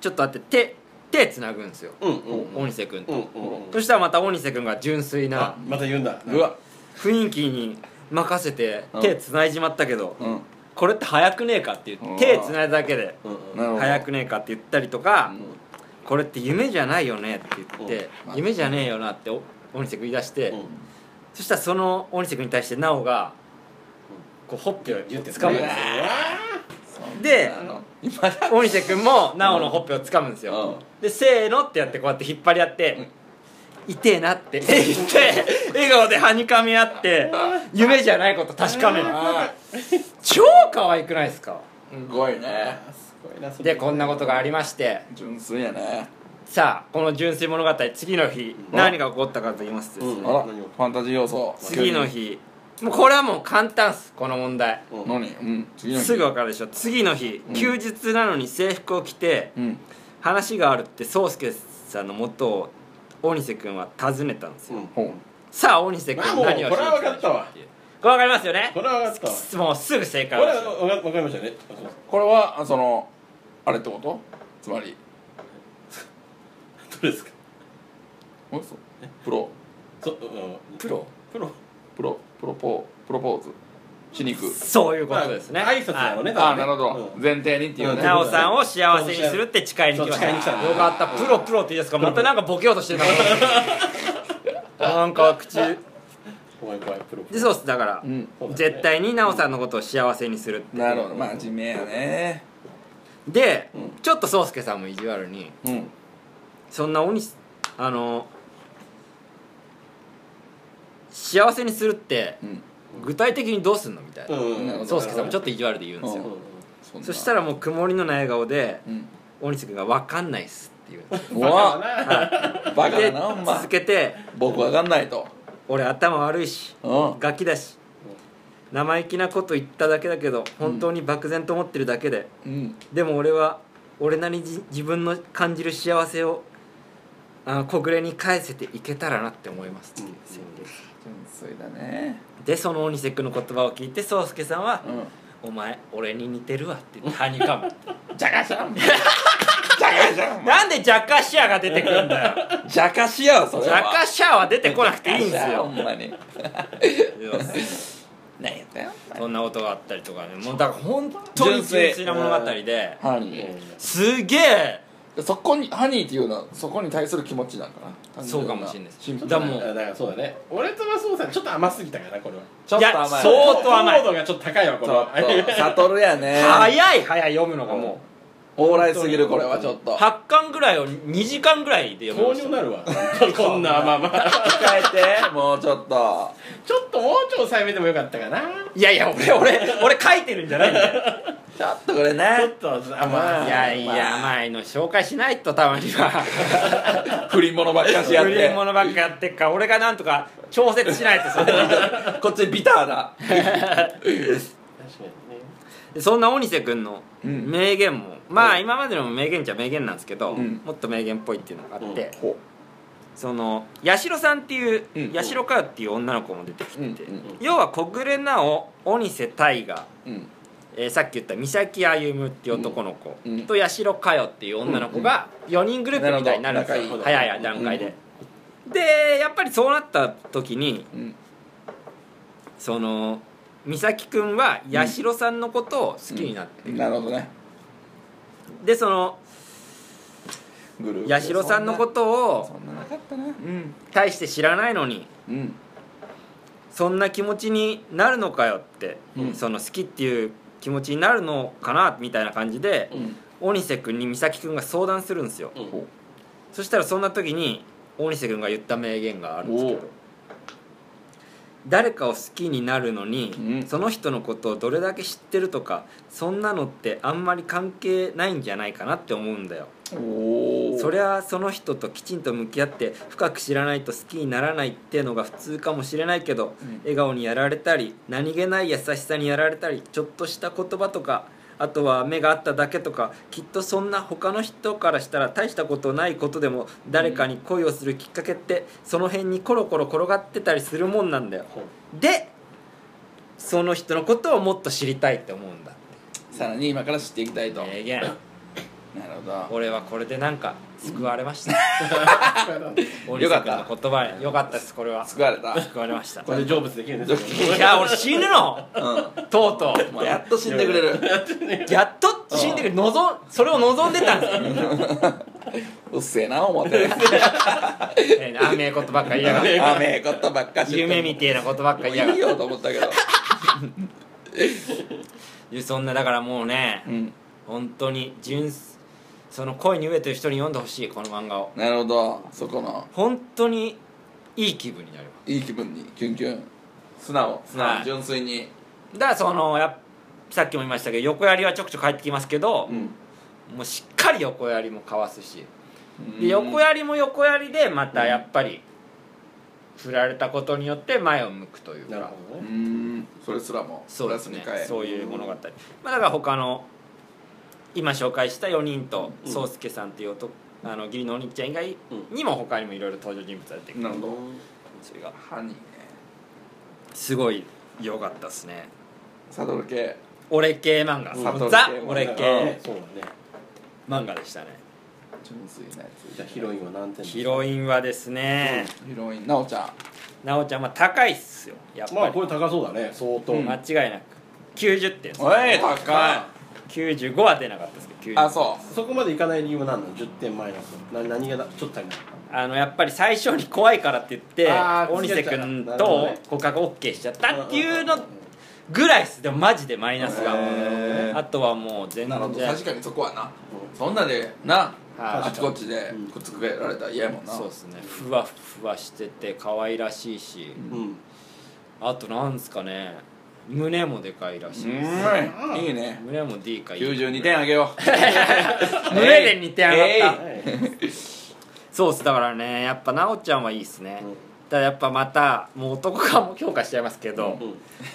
[SPEAKER 1] ちょっと待って手手つなぐんですよ
[SPEAKER 2] うんうん
[SPEAKER 1] 鬼瀬君
[SPEAKER 2] う
[SPEAKER 1] と、
[SPEAKER 2] んうんうん
[SPEAKER 1] そしたらまた鬼瀬君が純粋
[SPEAKER 2] あ
[SPEAKER 1] な
[SPEAKER 2] また言うんだ
[SPEAKER 3] うわ
[SPEAKER 1] 雰囲気に任せて
[SPEAKER 3] うん
[SPEAKER 1] 手つないじまったけど、
[SPEAKER 3] うん
[SPEAKER 1] これって早くねえかって
[SPEAKER 3] う
[SPEAKER 1] 言
[SPEAKER 3] ん
[SPEAKER 1] って手つないだだけで
[SPEAKER 2] うんうん
[SPEAKER 3] なるほど
[SPEAKER 1] 早くねえかって言ったりとか、
[SPEAKER 3] うん
[SPEAKER 1] これって夢じゃないよねって言って、
[SPEAKER 3] うん
[SPEAKER 1] 夢じゃねえよなってお鬼瀬君言い出して、
[SPEAKER 2] うん
[SPEAKER 1] そしたらその鬼瀬君に対してなおがこうほっぺを言って掴むん
[SPEAKER 3] う
[SPEAKER 1] で
[SPEAKER 3] わ
[SPEAKER 1] すよ
[SPEAKER 3] ー
[SPEAKER 1] で
[SPEAKER 3] あの今だ
[SPEAKER 1] 鬼瀬君もなおのほっぺを掴むんですよ、でせーのってやってこうやって引っ張り合って、痛えなって言って笑顔ではにかみ合って夢じゃないこと確かめる超可愛くないですか
[SPEAKER 3] すごいね
[SPEAKER 2] すごいなそれ
[SPEAKER 1] でこんなことがありまして
[SPEAKER 3] 純粋やね
[SPEAKER 1] さあこの純粋物語次の日何が起こったかと言いますとですね、
[SPEAKER 2] うん
[SPEAKER 3] あらフ
[SPEAKER 2] 何を
[SPEAKER 3] ァンタジー要素
[SPEAKER 1] 次の日もうこれはもう簡単っすこの問題
[SPEAKER 2] うん
[SPEAKER 3] 何うん次の日
[SPEAKER 1] すぐ分かるでしょ次の日、休日なのに制服を着て
[SPEAKER 3] うん
[SPEAKER 1] 話があるって宗介さんのもとを大西君は訪ねたんですよ、
[SPEAKER 2] うん
[SPEAKER 3] ほう
[SPEAKER 1] さあ大西君
[SPEAKER 2] まあもう
[SPEAKER 1] 何をしに来たんでしょう
[SPEAKER 2] これは分かったわ
[SPEAKER 1] ていうこれ分かりますよね
[SPEAKER 2] これは分かったわ
[SPEAKER 1] もうすぐ正
[SPEAKER 2] こ
[SPEAKER 1] 解を
[SPEAKER 2] れは分か分かりましたね
[SPEAKER 3] これはあそのあれってことつまり
[SPEAKER 2] どうですか
[SPEAKER 3] おそうプロ
[SPEAKER 2] そうん
[SPEAKER 3] プロ
[SPEAKER 2] プロ
[SPEAKER 3] プロプロポープロポーズしに行く
[SPEAKER 1] そういうことですね、
[SPEAKER 2] まあ挨拶だろうね
[SPEAKER 3] ああなるほど
[SPEAKER 2] うん
[SPEAKER 3] 前提にっていう
[SPEAKER 2] うん
[SPEAKER 3] ね
[SPEAKER 1] なおさんを幸せにするって誓いに来ました
[SPEAKER 2] そう誓いに来たんだ
[SPEAKER 1] よかったプロプロって言いですかまたなんかボケようとしてる ななんか口で
[SPEAKER 2] 怖い怖いプロ
[SPEAKER 1] そうっすだから、
[SPEAKER 3] うん
[SPEAKER 1] 絶対になおさんのことを幸せにするって
[SPEAKER 3] なるほど真面目やね
[SPEAKER 1] で、ちょっと宗介さんも意地悪に
[SPEAKER 3] うん
[SPEAKER 1] そんな鬼あの幸せにするって
[SPEAKER 3] うん
[SPEAKER 1] 具体的にどうすんのみたいな
[SPEAKER 2] うん
[SPEAKER 1] 宗介さんもちょっ
[SPEAKER 2] と
[SPEAKER 1] と意地悪で言うんですよ、
[SPEAKER 3] うん
[SPEAKER 1] そした
[SPEAKER 3] ら
[SPEAKER 1] らもう曇りのない笑顔で
[SPEAKER 3] うん
[SPEAKER 1] 鬼介君が「分かんないっす」って言うんですよ
[SPEAKER 3] う
[SPEAKER 2] バカ
[SPEAKER 3] わ
[SPEAKER 2] だな
[SPEAKER 3] バカだ
[SPEAKER 1] で
[SPEAKER 3] なお前
[SPEAKER 1] 続けて
[SPEAKER 3] 僕わかんないと
[SPEAKER 1] 「俺頭悪いし
[SPEAKER 3] うん
[SPEAKER 1] ガキだし生意気なこと言っただけだけど本当に漠然と思ってるだけで、
[SPEAKER 3] うん
[SPEAKER 1] でも俺は俺なりに自自分の感じる幸せをあ小暮に返せていけたらなって思います」っていう宣言
[SPEAKER 3] 純粋だね
[SPEAKER 1] でその鬼瀬君の言葉を聞いて宗介さんは
[SPEAKER 3] うん
[SPEAKER 1] 「 「お前俺に似てるわ」って言ってはに かむ
[SPEAKER 3] ジャカシャンジャカシャン
[SPEAKER 1] なんでジャカシアが出てくるんだよ
[SPEAKER 3] ジャカシアはそ
[SPEAKER 1] ジ
[SPEAKER 3] れは
[SPEAKER 1] ャカシアは出てこなくていいんです
[SPEAKER 3] ほ
[SPEAKER 1] よ
[SPEAKER 3] んまに
[SPEAKER 1] いや
[SPEAKER 3] 何やったよ
[SPEAKER 1] そんなことがあったりとかねもうだから本当に純粋な物語で
[SPEAKER 3] ハニー
[SPEAKER 1] すげえ
[SPEAKER 3] そこにハニーっていうのはそこに対する気持ちなんかな
[SPEAKER 1] そうかもしれないです
[SPEAKER 3] シンプル
[SPEAKER 1] だ
[SPEAKER 3] な
[SPEAKER 1] からも
[SPEAKER 2] だ
[SPEAKER 1] う
[SPEAKER 2] からそうだね俺とマスオさんちょっと甘すぎたかなこれは
[SPEAKER 3] ちょっ
[SPEAKER 1] い
[SPEAKER 3] と
[SPEAKER 1] や
[SPEAKER 3] 甘い
[SPEAKER 1] 相
[SPEAKER 3] ち
[SPEAKER 1] 当甘い
[SPEAKER 2] 糖度がちょっと高いわこれ
[SPEAKER 3] ょ
[SPEAKER 2] は
[SPEAKER 3] っと悟るやね
[SPEAKER 1] 早い早い読むのがも
[SPEAKER 3] 往来すぎるこれはちょっ
[SPEAKER 1] う
[SPEAKER 3] と
[SPEAKER 1] 8巻ぐらいを2時間ぐらいで読
[SPEAKER 2] 糖
[SPEAKER 1] む
[SPEAKER 2] 尿なるわこんなまあまあ
[SPEAKER 3] 控えてもうちょっと
[SPEAKER 2] ちょっともうちょい抑えめでもよかったかない
[SPEAKER 1] やいや俺俺俺書いてるんじゃないんだよ
[SPEAKER 3] ちょっとこれ
[SPEAKER 2] ちょっ
[SPEAKER 3] ね
[SPEAKER 2] とあまあ
[SPEAKER 1] いやいや甘いの紹介しないとたまには
[SPEAKER 3] 不倫物ばっかしやっ
[SPEAKER 1] 古い
[SPEAKER 3] て
[SPEAKER 1] ものばっかやってっから俺がなんとか調節しないとそんな
[SPEAKER 3] こっちビターだ
[SPEAKER 2] 確かにね
[SPEAKER 1] そんな鬼瀬君の
[SPEAKER 3] うん
[SPEAKER 1] 名言も、まあ今までのも名言っちゃ名言なんですけど、
[SPEAKER 3] うん
[SPEAKER 1] もっと名言っぽいっていうのがあって、
[SPEAKER 2] うん
[SPEAKER 3] ほ
[SPEAKER 1] その八代さんっていう、
[SPEAKER 3] うん
[SPEAKER 1] 八代かよっていう女の子も出てき
[SPEAKER 3] う
[SPEAKER 1] て
[SPEAKER 3] ん
[SPEAKER 1] て、要は小暮奈緒鬼瀬大河、
[SPEAKER 3] うん
[SPEAKER 1] えーさっき言った三崎歩っていう男の子、
[SPEAKER 3] うんうん
[SPEAKER 1] と八代かよっていう女の子が4人グループみたいになるんですよ、
[SPEAKER 3] なるほど
[SPEAKER 1] 早い早い段階で、でやっぱりそうなった時に
[SPEAKER 3] うん
[SPEAKER 1] その美咲くんは八代さんのことを好きになって、
[SPEAKER 3] なるほどね
[SPEAKER 1] でその
[SPEAKER 3] グループ
[SPEAKER 1] 八代さんのこと
[SPEAKER 3] そ
[SPEAKER 1] を
[SPEAKER 3] んななかったなうん
[SPEAKER 1] 大して知らないのに
[SPEAKER 3] うん
[SPEAKER 1] そんな気持ちになるのかよって、
[SPEAKER 3] うん
[SPEAKER 1] その好きっていう気持ちになるのかなみたいな感じで、
[SPEAKER 3] うん
[SPEAKER 1] 鬼瀬君に美咲君が相談するんですよ、
[SPEAKER 2] うん
[SPEAKER 3] ほ
[SPEAKER 1] そしたらそんな時に鬼瀬君が言った名言があるんですけど
[SPEAKER 3] おう
[SPEAKER 1] 誰かを好きになるのに、
[SPEAKER 3] うん
[SPEAKER 1] その人のことをどれだけ知ってるとかそんなのってあんまり関係ないんじゃないかなって思うんだよ
[SPEAKER 3] おお
[SPEAKER 1] そりゃその人ときちんと向き合って深く知らないと好きにならないってのが普通かもしれないけど、
[SPEAKER 3] うん
[SPEAKER 1] 笑顔にやられたり何気ない優しさにやられたりちょっとした言葉とかあとは目が合っただけとかきっとそんな他の人からしたら大したことないことでも誰かに恋をするきっかけってその辺にコロコロ転がってたりするもんなんだよ
[SPEAKER 2] ほう
[SPEAKER 1] でその人のことをもっと知りたいって思うんだ
[SPEAKER 3] さらに今から知っていきたいとなる
[SPEAKER 1] 名言
[SPEAKER 3] ほど
[SPEAKER 1] 俺はこれでなんか救われま した大西君
[SPEAKER 3] よかった
[SPEAKER 1] の言葉によかったですこれは
[SPEAKER 3] 救われた
[SPEAKER 1] 救われました
[SPEAKER 2] これで成仏できるんですよ
[SPEAKER 1] いや俺死ぬの
[SPEAKER 3] う
[SPEAKER 1] とうと
[SPEAKER 3] ん もうやっと死んでく れる
[SPEAKER 1] うやっと死んでくる望んそれを望んでたんですよ
[SPEAKER 3] うっせえな思って
[SPEAKER 1] ねあめえことばっかり言いやがって
[SPEAKER 3] 甘えことばっかし
[SPEAKER 1] 夢みてえなことばっかり言いやが
[SPEAKER 3] い
[SPEAKER 1] っ
[SPEAKER 3] いよと思ったけ ど
[SPEAKER 1] てそんなだからもうね
[SPEAKER 3] うん
[SPEAKER 1] 本当に純粋その恋に飢えてる人に読んでほしいこの漫画を
[SPEAKER 3] なるほどそこの
[SPEAKER 1] 本当にいい気分になりま
[SPEAKER 3] いい気分にキュンキュン素直素
[SPEAKER 1] は
[SPEAKER 3] 直
[SPEAKER 1] い
[SPEAKER 3] 純粋に
[SPEAKER 1] すだからそのやっさっきも言いましたけど横やりはちょくちょく入ってきますけど、
[SPEAKER 3] ん
[SPEAKER 1] もうしっかり横やりもかわすしで横やりも横やりでまたやっぱり振られたことによって前を向くというか
[SPEAKER 2] なるほど
[SPEAKER 3] う
[SPEAKER 2] ね
[SPEAKER 3] んそれすらも
[SPEAKER 1] そうです
[SPEAKER 3] プ
[SPEAKER 1] ね
[SPEAKER 3] ラスに変え
[SPEAKER 1] そういう物語、まあ、だから他の今紹介した4人と
[SPEAKER 2] うん
[SPEAKER 1] 宗介さんっていう男あの義理のお兄ちゃん以外
[SPEAKER 2] う
[SPEAKER 1] にも他にもいろいろ登場人物が出てくる
[SPEAKER 3] なるほど
[SPEAKER 1] それが
[SPEAKER 3] ハニーね
[SPEAKER 1] すごい良かったですね
[SPEAKER 3] サドル系
[SPEAKER 1] 俺系漫画、
[SPEAKER 3] うん
[SPEAKER 1] ザ
[SPEAKER 3] 俺
[SPEAKER 1] 俺
[SPEAKER 3] 系
[SPEAKER 1] 系
[SPEAKER 2] そうだね
[SPEAKER 1] 漫画でしたね
[SPEAKER 3] 純粋なやつ
[SPEAKER 2] じゃあヒロインは何点
[SPEAKER 1] ヒロインはですね
[SPEAKER 3] ヒロインなおちゃん
[SPEAKER 1] 奈緒、ちゃんは高いっすよやっぱり、
[SPEAKER 2] まあこれ高そうだね相当
[SPEAKER 3] うん
[SPEAKER 1] 間違いなく90点です
[SPEAKER 3] おい高い
[SPEAKER 1] 95は出なかったですけど
[SPEAKER 3] あ
[SPEAKER 1] 90
[SPEAKER 3] そ
[SPEAKER 2] そこまでいかない理由は何なの10点マイナスな何がだちょっと足りなかっ
[SPEAKER 1] あのやっぱり最初に怖いからって言って
[SPEAKER 2] あー
[SPEAKER 1] 大西君
[SPEAKER 2] なるほど
[SPEAKER 1] と
[SPEAKER 2] ね
[SPEAKER 1] 告白 OK しちゃったたっていうのぐらいっすでもマジでマイナスが
[SPEAKER 3] へー
[SPEAKER 1] あとはもう全
[SPEAKER 3] う
[SPEAKER 1] 然
[SPEAKER 3] なるほど確かにそこはなそんなでなあちこちでくっつけられたら嫌やもんな
[SPEAKER 1] そうですねふわふわしてて可愛らしいし
[SPEAKER 2] うん
[SPEAKER 1] あとなんですかね胸もでかいらしいです
[SPEAKER 3] うんいいね
[SPEAKER 1] 胸も D か E か
[SPEAKER 3] 92点あげ よう
[SPEAKER 1] 胸で似て上がった、
[SPEAKER 3] えい
[SPEAKER 2] はい
[SPEAKER 1] そうっすだからねやっぱ奈緒ちゃんはいいっすね、
[SPEAKER 2] うん
[SPEAKER 1] ただやっぱまたもう男側も評価しちゃいますけど、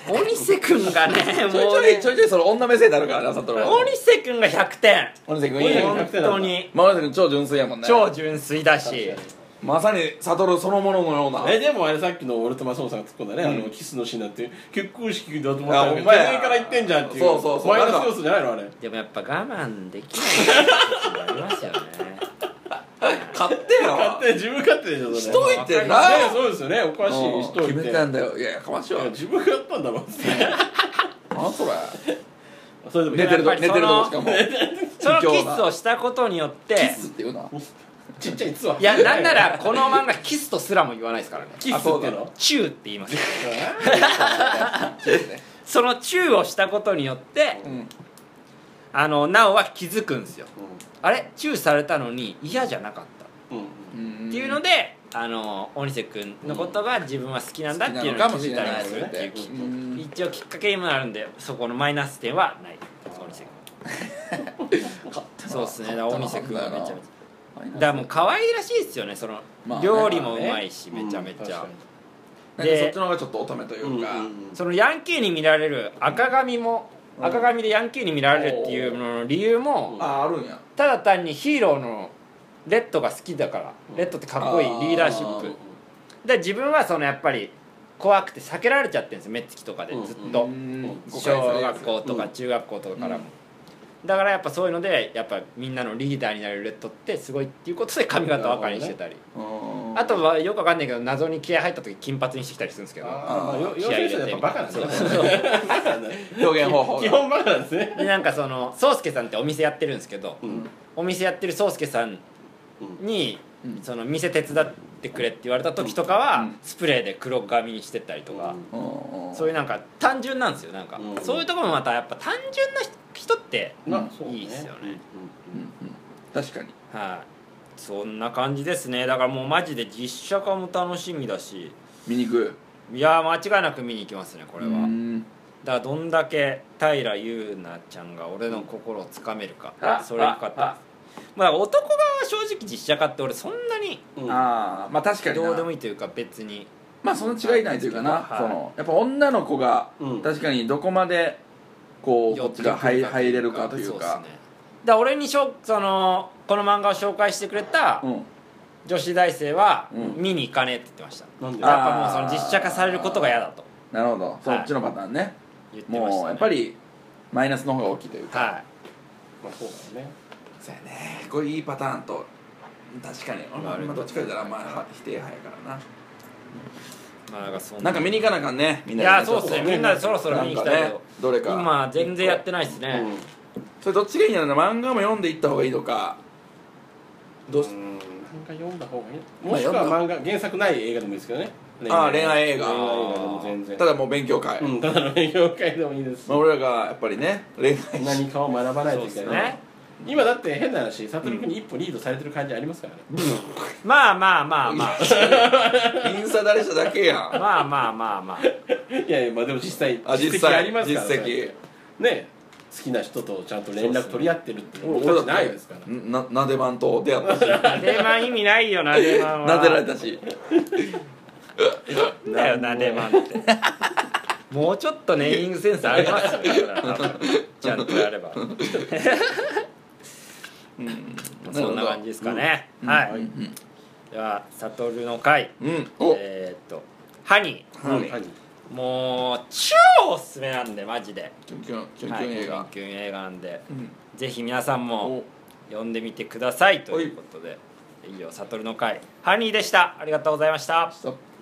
[SPEAKER 2] うん
[SPEAKER 1] 鬼瀬くんがね
[SPEAKER 3] ちょい
[SPEAKER 1] もう
[SPEAKER 3] ちょい
[SPEAKER 1] ね
[SPEAKER 3] ちょいちょいその女目線になるからなサトルは
[SPEAKER 1] 鬼瀬くんが100点
[SPEAKER 3] 鬼瀬君いい
[SPEAKER 2] 鬼瀬
[SPEAKER 3] ね
[SPEAKER 2] 君
[SPEAKER 1] 本当に
[SPEAKER 3] まあ鬼瀬君超純粋やもんね
[SPEAKER 1] 超純粋だし
[SPEAKER 2] 確かに
[SPEAKER 3] まさに悟そのもののような
[SPEAKER 2] えでもあれさっきの俺と松本さんが突っ込んだね、
[SPEAKER 3] うん
[SPEAKER 2] あのキスのシーンだって結婚式だと思った
[SPEAKER 3] あ
[SPEAKER 2] ら
[SPEAKER 3] ほん
[SPEAKER 2] 全
[SPEAKER 3] まや
[SPEAKER 2] 然から言ってんじゃんっていう
[SPEAKER 3] そうそうそう
[SPEAKER 2] マイナス要素じゃないのあれ
[SPEAKER 1] でもやっぱ我慢できない時がありますよね
[SPEAKER 3] 買ってよ
[SPEAKER 2] 勝手に自分勝手でしょ
[SPEAKER 3] し
[SPEAKER 2] それ
[SPEAKER 3] と
[SPEAKER 2] ね
[SPEAKER 3] いてな
[SPEAKER 2] そうですよねおかしいしとい
[SPEAKER 3] 決
[SPEAKER 2] て
[SPEAKER 3] めたんだよいややかましい
[SPEAKER 2] い
[SPEAKER 3] わ
[SPEAKER 2] や自分がやったんだろう
[SPEAKER 3] 何それ
[SPEAKER 2] それでも
[SPEAKER 3] 寝
[SPEAKER 1] や
[SPEAKER 3] てると
[SPEAKER 1] っぱり
[SPEAKER 3] 寝てるとこし
[SPEAKER 1] そ
[SPEAKER 3] か
[SPEAKER 1] の
[SPEAKER 3] も
[SPEAKER 1] そのキスをしたことによって
[SPEAKER 3] キスっていうな
[SPEAKER 2] ちっちゃいツアー
[SPEAKER 1] いやなんならこの漫画キスとすらも言わないですからね
[SPEAKER 2] キスっていうの
[SPEAKER 1] チューって言いますよ
[SPEAKER 3] キスね
[SPEAKER 1] そのチューをしたことによって
[SPEAKER 3] うん
[SPEAKER 1] あのなおは気づくんですよ
[SPEAKER 2] う
[SPEAKER 1] あれチューされたのに嫌じゃなかった
[SPEAKER 2] んうん
[SPEAKER 3] うん
[SPEAKER 1] っていうので、あの大西君のことが自分は好きなんだっていうのが
[SPEAKER 3] 好きなのかもし
[SPEAKER 1] 気づ
[SPEAKER 3] れ
[SPEAKER 1] いた
[SPEAKER 3] ない
[SPEAKER 1] り
[SPEAKER 3] ですす
[SPEAKER 1] る
[SPEAKER 3] ね
[SPEAKER 1] っていうき
[SPEAKER 3] うん
[SPEAKER 1] 一応きっかけにもなるんでそこのマイナス点はない大西君そうですねだから大西君はめちゃめちゃだからもう可愛いらしいですよねその、
[SPEAKER 3] まあね
[SPEAKER 1] 料理もうまいし、めちゃめ
[SPEAKER 2] うん
[SPEAKER 1] ちゃ、
[SPEAKER 2] 確か
[SPEAKER 3] なんかそっちの方がちょっと乙女とい
[SPEAKER 2] にうん
[SPEAKER 3] うか
[SPEAKER 2] うんうん
[SPEAKER 1] そのヤンキーに見られる赤髪も、
[SPEAKER 3] うん
[SPEAKER 1] 赤髪でヤンキーに見られるっていうのの理由も、
[SPEAKER 2] うん
[SPEAKER 3] ああるんや
[SPEAKER 1] ただ単にヒーローのレッドが好きだから、
[SPEAKER 2] うん
[SPEAKER 1] レッドってかっこいいリーダーシップ
[SPEAKER 3] あー
[SPEAKER 1] で自分はそのやっぱり怖くて避けられちゃってるんですよ目つきとかで
[SPEAKER 2] うん
[SPEAKER 1] ずっと、
[SPEAKER 3] うん誤解され
[SPEAKER 1] 小
[SPEAKER 3] るや
[SPEAKER 1] 学
[SPEAKER 3] つ
[SPEAKER 1] 校と
[SPEAKER 2] う
[SPEAKER 1] か
[SPEAKER 2] ん
[SPEAKER 1] 中学校とかからも、
[SPEAKER 3] う
[SPEAKER 1] だからやっぱそういうのでやっぱみんなのリーダーになれるレッドってすごいっていうことで髪型を赤にしてたり、
[SPEAKER 3] うん
[SPEAKER 1] あとはよくわかんないけど謎に気合入った時金髪にしてきたりするんですけど
[SPEAKER 2] あー
[SPEAKER 3] あー
[SPEAKER 2] よ妖精さんやっぱバカなんですね
[SPEAKER 1] そう
[SPEAKER 2] バカなんだね
[SPEAKER 3] 表現方法 が
[SPEAKER 2] 基本バカなんですね
[SPEAKER 1] でなんかその宗介さんってお店やってるんですけど、
[SPEAKER 2] うん
[SPEAKER 1] お店やってる宗介さんに、
[SPEAKER 3] うん
[SPEAKER 1] その店手伝ってくれって言われた時とかは、
[SPEAKER 3] うん
[SPEAKER 1] スプレーで黒髪にしてたりとか、
[SPEAKER 3] うんうん
[SPEAKER 1] そういうなんか単純なんですよなんか、
[SPEAKER 2] うん
[SPEAKER 1] そういうところもまたやっぱ単純な人って
[SPEAKER 3] うん
[SPEAKER 2] まあそうね
[SPEAKER 1] いいっすよね
[SPEAKER 3] うんうん確かに
[SPEAKER 1] はい、そんな感じですねだからもうマジで実写化も楽しみだし
[SPEAKER 3] 見に行く
[SPEAKER 1] いやー間違いなく見に行きますねこ
[SPEAKER 3] こ
[SPEAKER 1] れは、だからどんだけ平優奈ちゃんが俺の心をつかめるか、
[SPEAKER 3] あ
[SPEAKER 1] それよかったですまあ男側は正直実写化って俺そんなに
[SPEAKER 2] うんうん
[SPEAKER 3] ああまあ確かにな
[SPEAKER 1] どうでもいいというか別に
[SPEAKER 3] まあそんな違いないというかな、
[SPEAKER 1] はい
[SPEAKER 3] そのやっぱ女の子が
[SPEAKER 2] うん
[SPEAKER 3] 確かにどこまでこう
[SPEAKER 1] 寄
[SPEAKER 3] こ
[SPEAKER 1] っ
[SPEAKER 3] ってち
[SPEAKER 1] くる
[SPEAKER 3] が
[SPEAKER 1] かって
[SPEAKER 3] 入
[SPEAKER 1] いうか
[SPEAKER 3] 入れるかとい
[SPEAKER 1] そううです
[SPEAKER 3] か
[SPEAKER 1] ねだから俺にしょそのこの漫画を紹介してくれた
[SPEAKER 3] うん
[SPEAKER 1] 女子大生は
[SPEAKER 3] うん
[SPEAKER 1] 見に行かねえって言ってました、
[SPEAKER 2] なんで
[SPEAKER 1] やっぱもうその実写化されることが嫌だと
[SPEAKER 3] なるほどそっちのパターンね、
[SPEAKER 1] 言ってました、ね、
[SPEAKER 3] もうやっぱりマイナスの方が大きいというか、
[SPEAKER 1] は
[SPEAKER 2] まあそうだよね
[SPEAKER 3] そうやねこれいいパターンと確かに俺も
[SPEAKER 1] 悪い
[SPEAKER 3] まあどっちか言ったらまあ否定派やからない
[SPEAKER 1] まあなんかそん
[SPEAKER 3] なんか見に行かなあかんねみん
[SPEAKER 1] い
[SPEAKER 3] なでね
[SPEAKER 1] やそうっす
[SPEAKER 3] ち
[SPEAKER 1] ね
[SPEAKER 3] ょっ
[SPEAKER 1] みんなでそろそろ見に行きたいけど、
[SPEAKER 3] なんかねどれか
[SPEAKER 1] 今全然やってないっすね、
[SPEAKER 2] うん
[SPEAKER 3] とそれどっちがいいんだろうな漫画も読んでいった方がいいのかどうし、
[SPEAKER 2] うん漫画読んだ方がいい
[SPEAKER 3] あ
[SPEAKER 2] もしくは漫画原作ない映画でもいいですけどね
[SPEAKER 3] あー恋愛映画
[SPEAKER 2] 恋愛映画でも全然
[SPEAKER 3] ただもう勉強会、
[SPEAKER 2] うんただの勉強会でもいいです
[SPEAKER 3] まあ、俺らがやっぱりね恋愛し
[SPEAKER 2] 何かを学ばない
[SPEAKER 1] そう
[SPEAKER 2] とい
[SPEAKER 1] です
[SPEAKER 2] け
[SPEAKER 1] よ
[SPEAKER 2] ない
[SPEAKER 1] ね
[SPEAKER 2] 今だって変な話悟君に一歩リードされてる感じありますからね
[SPEAKER 1] まあまあまあまあ
[SPEAKER 3] インスタ誰しただけやん
[SPEAKER 1] まあまあまあまあ
[SPEAKER 2] いやいやまあでも実際
[SPEAKER 3] あ実
[SPEAKER 2] 実績
[SPEAKER 3] 際
[SPEAKER 2] ありますから
[SPEAKER 3] 実
[SPEAKER 2] ね
[SPEAKER 3] 績
[SPEAKER 2] ね好きな人とちゃんと連絡取り合ってるっていうの
[SPEAKER 3] 俺だ
[SPEAKER 2] は
[SPEAKER 3] って
[SPEAKER 2] ないですから
[SPEAKER 3] んななでまんと出 会ったし
[SPEAKER 1] なでまん意味ないよなでまんは
[SPEAKER 3] なでられたし
[SPEAKER 1] なんだよなでまんってもうちょっとネーミングセンスありますよだから多分ちゃんとやればそんな感じですかね、はい、
[SPEAKER 2] はい
[SPEAKER 1] では「悟の会
[SPEAKER 3] うん」お
[SPEAKER 1] えー、っと「ハニー
[SPEAKER 3] はい
[SPEAKER 2] はい」
[SPEAKER 1] もう超おすすめなんでマジで
[SPEAKER 3] キュンキュンキュンキ
[SPEAKER 1] は
[SPEAKER 3] ュ
[SPEAKER 1] い
[SPEAKER 3] ン映画、
[SPEAKER 1] キュンキュン映画なんで
[SPEAKER 3] うん
[SPEAKER 1] ぜひ皆さん
[SPEAKER 3] お
[SPEAKER 1] も読んでみてくださいということで以上「悟の会」ハニーでしたありがとうございました
[SPEAKER 3] ストップ